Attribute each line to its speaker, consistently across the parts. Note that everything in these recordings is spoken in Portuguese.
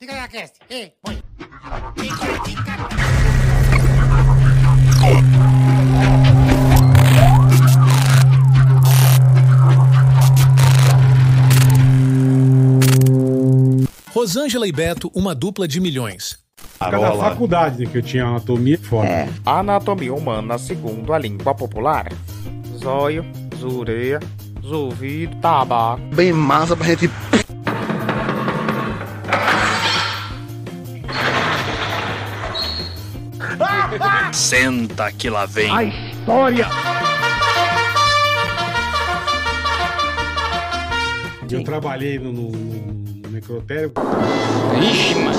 Speaker 1: Fica na cast. Ei, põe.
Speaker 2: Rosângela e Beto, uma dupla de milhões.
Speaker 3: Cada faculdade né, que eu tinha anatomia foda.
Speaker 4: Anatomia humana segundo a língua popular. Zóio, zureia, zouvido, tabaco.
Speaker 5: Bem massa pra gente.
Speaker 6: Senta que lá vem.
Speaker 3: Eu trabalhei no, no- no- no necrotério.
Speaker 6: Ixi, mano.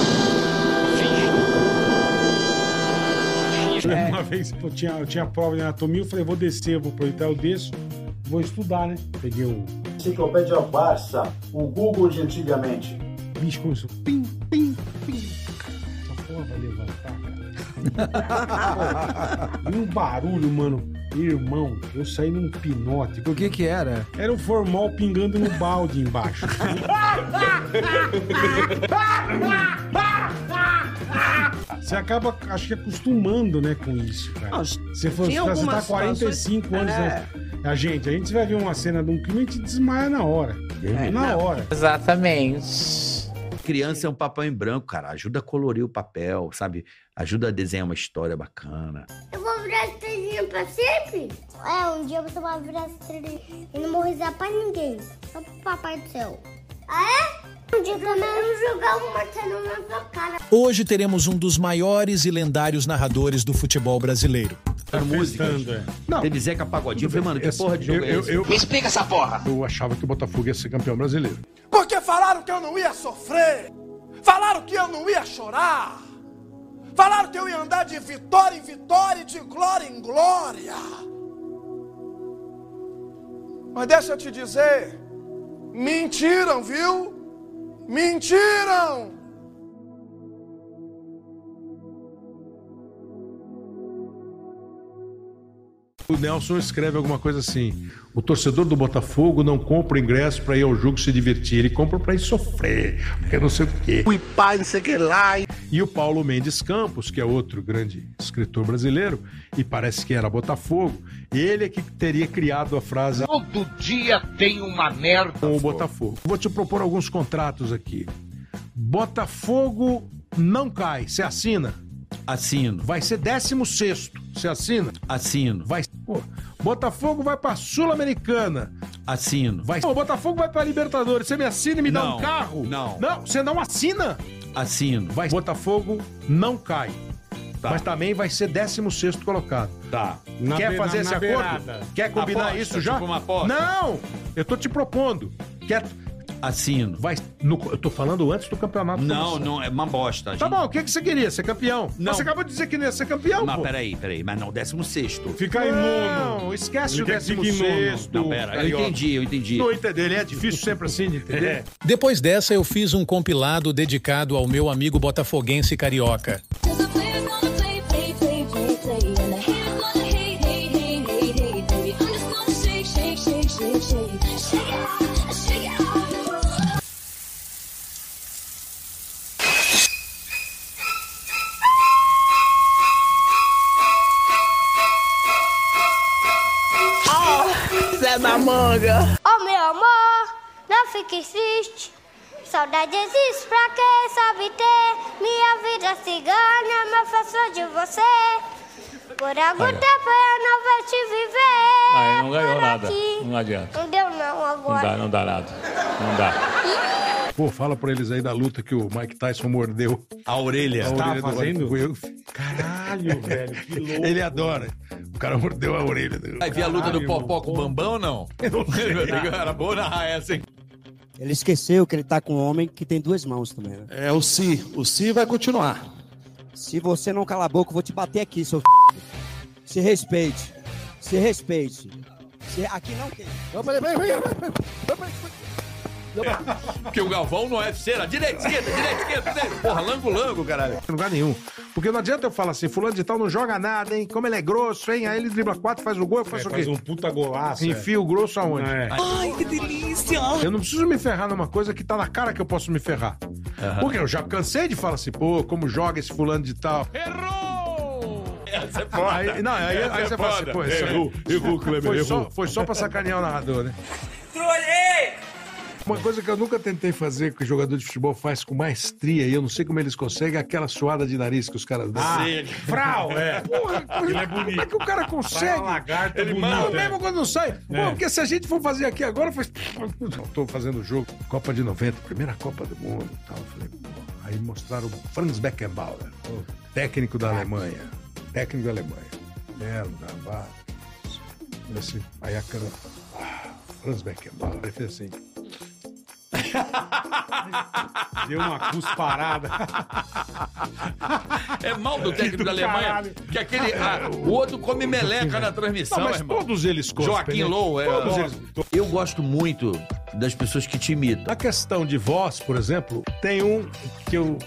Speaker 6: Finge.
Speaker 3: Uma vez eu tinha, eu tinha prova de anatomia, eu falei, vou descer, eu vou aproveitar, eu desço, vou estudar, né? Peguei o
Speaker 7: Enciclopédia Barça, o Google de antigamente.
Speaker 3: bicho, começou. Pim, pim, pim. Essa porra vai levantar, cara. e um barulho, mano. Irmão, eu saí num pinote.
Speaker 8: O que que era?
Speaker 3: Era o formal pingando no balde embaixo. Você acaba, acho que, acostumando, né, com isso, cara. Você, for,
Speaker 9: tinha
Speaker 3: você tá
Speaker 9: algumas é.
Speaker 3: 45 anos, né? A gente, a gente vai ver uma cena de um crime e a gente desmaia na hora. na hora.
Speaker 4: Exatamente.
Speaker 10: Criança é um papel em branco, cara. Ajuda a colorir o papel, sabe? Ajuda a desenhar uma história bacana.
Speaker 9: Eu vou virar estrelinha pra sempre? É, um dia você vai virar estrelinha e não morrer pra ninguém. Só pro papai do céu. Ah, é? Um dia também eu jogar um martelo na sua cara.
Speaker 2: Hoje teremos um dos maiores e lendários narradores do futebol brasileiro.
Speaker 3: Tá
Speaker 10: músicas.
Speaker 3: festando, é.
Speaker 10: Teve Zeca Pagodinho. Eu falei, mano, que porra de jogo é esse?
Speaker 6: Me explica essa porra.
Speaker 7: Eu achava que o Botafogo ia ser campeão brasileiro.
Speaker 11: Porque falaram que eu não ia sofrer. Falaram que eu não ia chorar. Falaram que eu ia andar de vitória em vitória e de glória em glória. Mas deixa eu te dizer. Mentiram, viu? Mentiram!
Speaker 7: O Nelson escreve alguma coisa assim: o torcedor do Botafogo não compra ingresso pra ir ao jogo se divertir, ele compra pra ir sofrer, porque não sei o quê.
Speaker 5: Fui pai, não sei o que lá.
Speaker 7: E o Paulo Mendes Campos, que é outro grande escritor brasileiro, e parece que era Botafogo, ele é que teria criado a frase
Speaker 6: Todo dia tem uma merda.
Speaker 7: com o Botafogo. Vou te propor alguns contratos aqui. Botafogo não cai, você assina.
Speaker 10: Assino,
Speaker 7: Vai ser 16 você assina.
Speaker 10: assino,
Speaker 7: Vai. Pô, Botafogo vai pra Sul-Americana.
Speaker 10: assino,
Speaker 7: Vai. Pô, Botafogo vai pra Libertadores. Você me assina e me dá
Speaker 10: Não,
Speaker 7: um carro?
Speaker 10: não.
Speaker 7: Não, você não assina.
Speaker 10: assino.
Speaker 7: Vai. Botafogo não cai.
Speaker 10: Tá.
Speaker 7: Mas também vai ser 16 colocado.
Speaker 10: Tá.
Speaker 3: Na
Speaker 7: Quer
Speaker 3: be- na-
Speaker 7: fazer esse
Speaker 3: na
Speaker 7: acordo?
Speaker 3: beirada.
Speaker 7: Quer combinar
Speaker 10: Aposta,
Speaker 7: isso já?
Speaker 10: tipo uma aposta.
Speaker 7: Não! Eu tô te propondo. Quer.
Speaker 10: Assino.
Speaker 7: Vai. no- Eu tô falando antes do campeonato.
Speaker 10: Não,
Speaker 7: começar.
Speaker 10: não, é uma bosta.
Speaker 7: Tá bom, o que, que você queria? Ser campeão?
Speaker 10: Não.
Speaker 7: Você acabou de dizer que não ia ser campeão,
Speaker 10: Mas
Speaker 7: pô.
Speaker 10: peraí, peraí. Mas não, décimo sexto.
Speaker 3: Ficar em
Speaker 7: não,
Speaker 3: nono.
Speaker 7: esquece o
Speaker 3: Ele quer que fique em
Speaker 7: 16.
Speaker 10: Não, pera, eu entendi, eu entendi.
Speaker 7: Não entender, ele é difícil sempre assim de entender.
Speaker 2: Depois dessa, eu fiz um compilado dedicado ao meu amigo botafoguense carioca.
Speaker 9: Oh, meu amor, não fique triste. Saudade existe pra quem sabe ter. Minha vida cigana me afastou de você. Por algum tempo eu não vou te viver.
Speaker 11: Aí Ah, não ganhou
Speaker 9: por
Speaker 11: nada.
Speaker 9: aqui.
Speaker 11: Não adianta.
Speaker 9: Não deu não
Speaker 11: Não
Speaker 9: agora.
Speaker 11: dá, não dá nada. Não dá.
Speaker 7: Pô, fala pra eles aí da luta que o Mike Tyson mordeu
Speaker 10: A orelha.
Speaker 7: a
Speaker 3: Tá
Speaker 7: orelha
Speaker 3: fazendo?
Speaker 7: do Royfield.
Speaker 3: Caralho, velho. Que louco.
Speaker 7: Ele adora. O cara mordeu a orelha do
Speaker 10: Vai ver a luta do Popó com o Bambam ou não? Era boa na raia, assim.
Speaker 11: Ele esqueceu que ele tá com um homem que tem duas mãos também. Né?
Speaker 5: É o Si. O Si vai continuar.
Speaker 11: Se você não calar a boca, eu vou te bater aqui, seu f***. Se respeite. Se respeite. Se- Aqui não tem.
Speaker 10: Porque o Galvão no UFC era direita, esquerda, direita, esquerda. direita. Porra, lango, lango, caralho.
Speaker 7: lugar nenhum. Porque não adianta eu falar assim, fulano de tal não joga nada, hein? Como ele é grosso, hein? Aí ele dribla quatro, faz o gol, eu
Speaker 3: É,
Speaker 7: faço o
Speaker 3: faz
Speaker 7: quê?
Speaker 3: um puta golaço. é.
Speaker 7: Enfio grosso aonde?
Speaker 3: É.
Speaker 7: Eu não preciso me ferrar numa coisa que tá na cara que eu posso me ferrar. Porque eu já cansei de falar assim, pô, como joga esse fulano de tal. Errou! Aí, não, aí, aí você fala assim, pô, errou, errou, Cleber, foi, Só, foi só pra sacanear o narrador, né? Uma coisa que eu nunca tentei fazer, que o jogador de futebol faz com maestria, e eu não sei como eles conseguem, é aquela suada de nariz que os caras dão.
Speaker 3: Ah, Frau, é.
Speaker 7: Porra, como é que o cara
Speaker 3: Sai
Speaker 7: consegue?
Speaker 3: uma lagarta
Speaker 7: Não,
Speaker 3: bonita.
Speaker 7: mesmo
Speaker 3: é.
Speaker 7: quando não sai.
Speaker 3: É.
Speaker 7: Pô, porque se a gente for fazer aqui agora, faz. Tô fazendo o jogo, Copa de 90, primeira Copa do Mundo e tal. Eu Falei, pô, aí mostraram o Franz Beckenbauer, o técnico da Alemanha. Técnico da Alemanha. Belo, gravado. Falei assim, aí a câmera. Ah, Franz Beckenbauer. Ele fez assim.
Speaker 3: Deu uma cusparada.
Speaker 1: É mal do técnico da
Speaker 3: do
Speaker 1: Alemanha.
Speaker 3: caralho.
Speaker 1: Que aquele. ah, o outro come meleca na transmissão,
Speaker 7: Não, mas
Speaker 1: irmão.
Speaker 7: todos eles cospem.
Speaker 1: Joaquim
Speaker 7: né?
Speaker 1: Low é.
Speaker 7: Todos eles.
Speaker 10: Eu gosto muito das pessoas que te imitam.
Speaker 7: Na questão de voz, por exemplo, tem um que eu.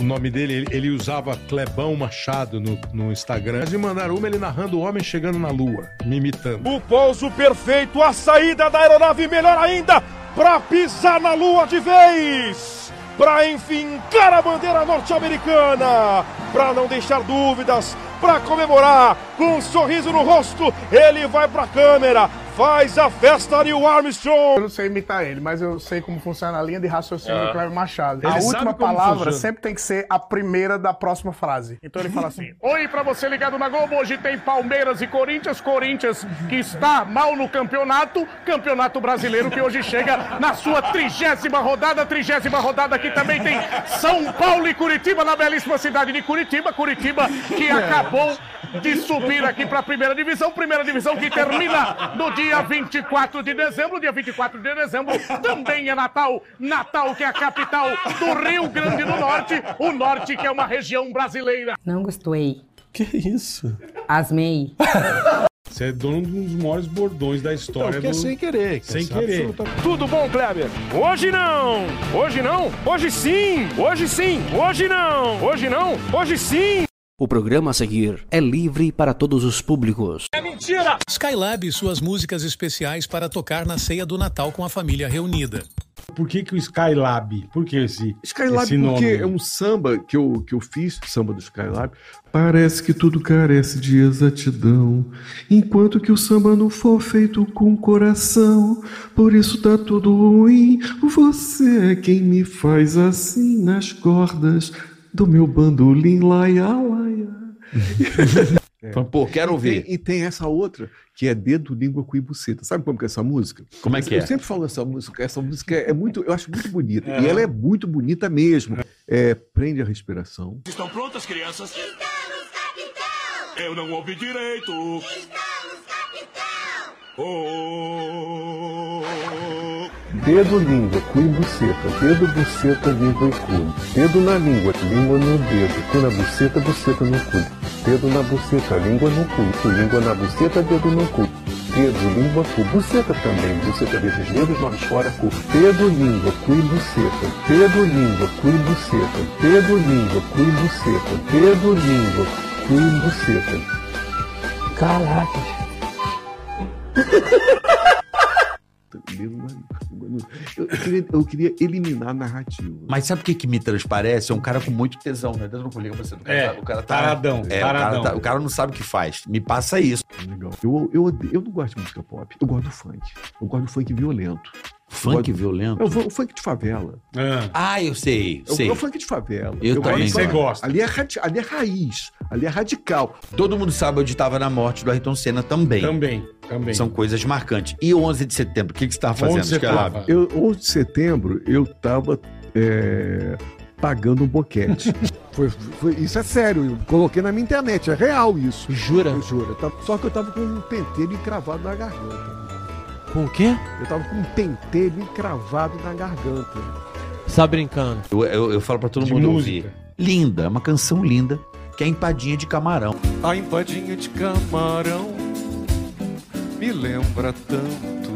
Speaker 7: O nome dele, ele, ele usava Clebão Machado no, no Instagram. Mas me mandaram uma ele narrando o homem chegando na lua, me imitando.
Speaker 11: O pouso perfeito, a saída da aeronave, melhor ainda, pra pisar na lua de vez. Pra enfincar a bandeira norte-americana, pra não deixar dúvidas, pra comemorar com um sorriso no rosto, ele vai pra câmera, faz a festa Neil Armstrong.
Speaker 4: Eu não sei imitar ele, mas eu sei como funciona a linha de raciocínio do Cleber Machado.
Speaker 7: Ele
Speaker 4: a
Speaker 7: sabe
Speaker 4: última
Speaker 7: como
Speaker 4: palavra
Speaker 7: funciona.
Speaker 4: sempre tem que ser a primeira da próxima frase. Então ele fala assim: Oi, pra você ligado na Globo, hoje tem Palmeiras e Corinthians. Corinthians que está mal no campeonato, campeonato brasileiro que hoje chega na sua trigésima rodada. Trigésima rodada que também tem São Paulo e Curitiba, na belíssima cidade de Curitiba. Curitiba que acabou de subir aqui para a primeira divisão. Primeira divisão que termina no dia 24 de dezembro. Dia 24 de dezembro também é Natal. Natal, que é a capital do Rio Grande do Norte. O norte, que é uma região brasileira.
Speaker 8: Não gostei. Que isso? Asmei.
Speaker 3: Você é dono de um dos maiores bordões da
Speaker 7: Não,
Speaker 3: história.
Speaker 7: porque é
Speaker 3: do-
Speaker 7: sem querer.
Speaker 3: Sem querer.
Speaker 11: Tudo bom, Kleber? Hoje não! Hoje não? Hoje sim! Hoje sim! Hoje não! Hoje não? Hoje sim!
Speaker 12: O programa a seguir é livre para todos os públicos.
Speaker 2: Skylab e suas músicas especiais para tocar na ceia do Natal com a família reunida.
Speaker 3: Por que, que o Skylab? Por que esse,
Speaker 5: Skylab,
Speaker 3: esse nome?
Speaker 5: porque é um samba que eu, que eu fiz, samba do Skylab. Parece que tudo carece de exatidão, enquanto que o samba não for feito com coração. Por isso tá tudo ruim. Você é quem me faz assim nas cordas do meu bandolim laia laia.
Speaker 10: Pô, quero
Speaker 5: Tem-
Speaker 10: ouvir.
Speaker 5: e tem essa outra, que é dedo, língua, cu e buceta. Sabe como que é essa música?
Speaker 10: Como é que
Speaker 5: eu
Speaker 10: é?
Speaker 5: sempre falo essa música. Essa música é muito, eu acho muito bonita. E ela é muito bonita mesmo. É, prende a respiração.
Speaker 11: Estão prontas, crianças? Estamos, capitão! Eu não ouvi direito! Estamos, capitão! Oh,
Speaker 5: Dedo, língua, cu e buceta. Dedo, buceta, língua e cu. Dedo na língua, língua no dedo. Cu na buceta, buceta no cu. Dedo na buceta, língua no cu. cu língua na buceta, dedo no cu. Dedo, língua, cu. Buceta também. Buceta desses dedos, nós fora cu. Dedo, língua, cu e buceta. Dedo, língua, cu e buceta. Dedo, língua, cu e buceta. Dedo, língua, cu e buceta. Caraca. Dedo na língua no- Eu, eu queria, eu queria eliminar a narrativa.
Speaker 10: Mas sabe o que, que me transparece? É um cara com muito tesão, né? Deus não colhega você. O cara,
Speaker 3: É,
Speaker 10: tá- o cara tá.
Speaker 3: Taradão,
Speaker 10: É,
Speaker 3: taradão.
Speaker 10: O, cara tá- o cara não sabe o que faz. Me passa isso.
Speaker 5: Legal. Eu, eu, odeio- eu não gosto de música pop. Eu gosto do funk. Eu gosto do funk violento.
Speaker 10: Funk
Speaker 5: Pode-
Speaker 10: violento.
Speaker 5: É o, fu- o funk de favela.
Speaker 3: Ah,
Speaker 10: Ah, eu sei,
Speaker 5: É o,
Speaker 10: sei.
Speaker 5: é o funk de favela.
Speaker 10: Eu
Speaker 5: gosto
Speaker 10: também
Speaker 5: de
Speaker 10: gosto.
Speaker 5: funk.
Speaker 3: Você gosta.
Speaker 5: Ali é, radi- ali é raiz. Ali é radical.
Speaker 10: Todo mundo sabe onde estava na morte do Ayrton Senna também.
Speaker 3: também, também.
Speaker 10: São coisas marcantes. E o 11 de setembro, o que, que você estava fazendo?
Speaker 3: Onde você
Speaker 10: Escalab?
Speaker 3: tava?
Speaker 5: Eu, 11 de setembro, eu tava é, pagando um boquete. Foi- foi- isso é sério. Eu coloquei na minha internet. É real isso.
Speaker 12: Jura?
Speaker 5: Eu juro. eu tava- Só que eu tava com um penteiro encravado na garganta.
Speaker 12: Com o quê?
Speaker 5: Eu tava com um penteiro encravado na garganta.
Speaker 12: Tá brincando.
Speaker 10: Eu, eu- eu falo pra todo
Speaker 3: De
Speaker 10: mundo
Speaker 3: música.
Speaker 10: ouvir. Linda, é uma canção linda, que é Empadinha de Camarão.
Speaker 5: A empadinha de camarão me lembra tanto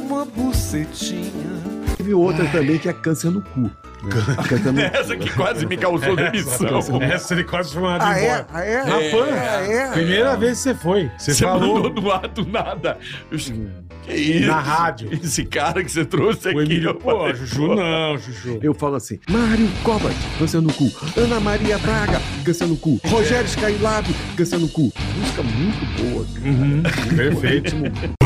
Speaker 5: uma bucetinha. Teve outra também que é câncer no cu.
Speaker 7: Cantando.
Speaker 10: Essa que quase me causou demissão.
Speaker 3: Essa ele quase foi mandado
Speaker 10: Ah, é?
Speaker 3: embora.
Speaker 10: Ah, é?
Speaker 3: Na
Speaker 10: É.
Speaker 3: PAN.
Speaker 10: Ah, é?
Speaker 3: Primeira vez que você foi. Você,
Speaker 10: Você
Speaker 3: falou. Hum.
Speaker 10: mandou do ato nada. Eu- Que isso?
Speaker 3: Na rádio.
Speaker 10: Esse cara que você trouxe aqui. eu falei, Pô,
Speaker 3: Juju não, Juju.
Speaker 7: Eu falo assim: Mário Covas, câncer no cu. Ana Maria Braga, câncer no cu. Rogério Skylab, câncer no cu. Música muito boa, cara.
Speaker 3: Perfeito.
Speaker 7: Ritmo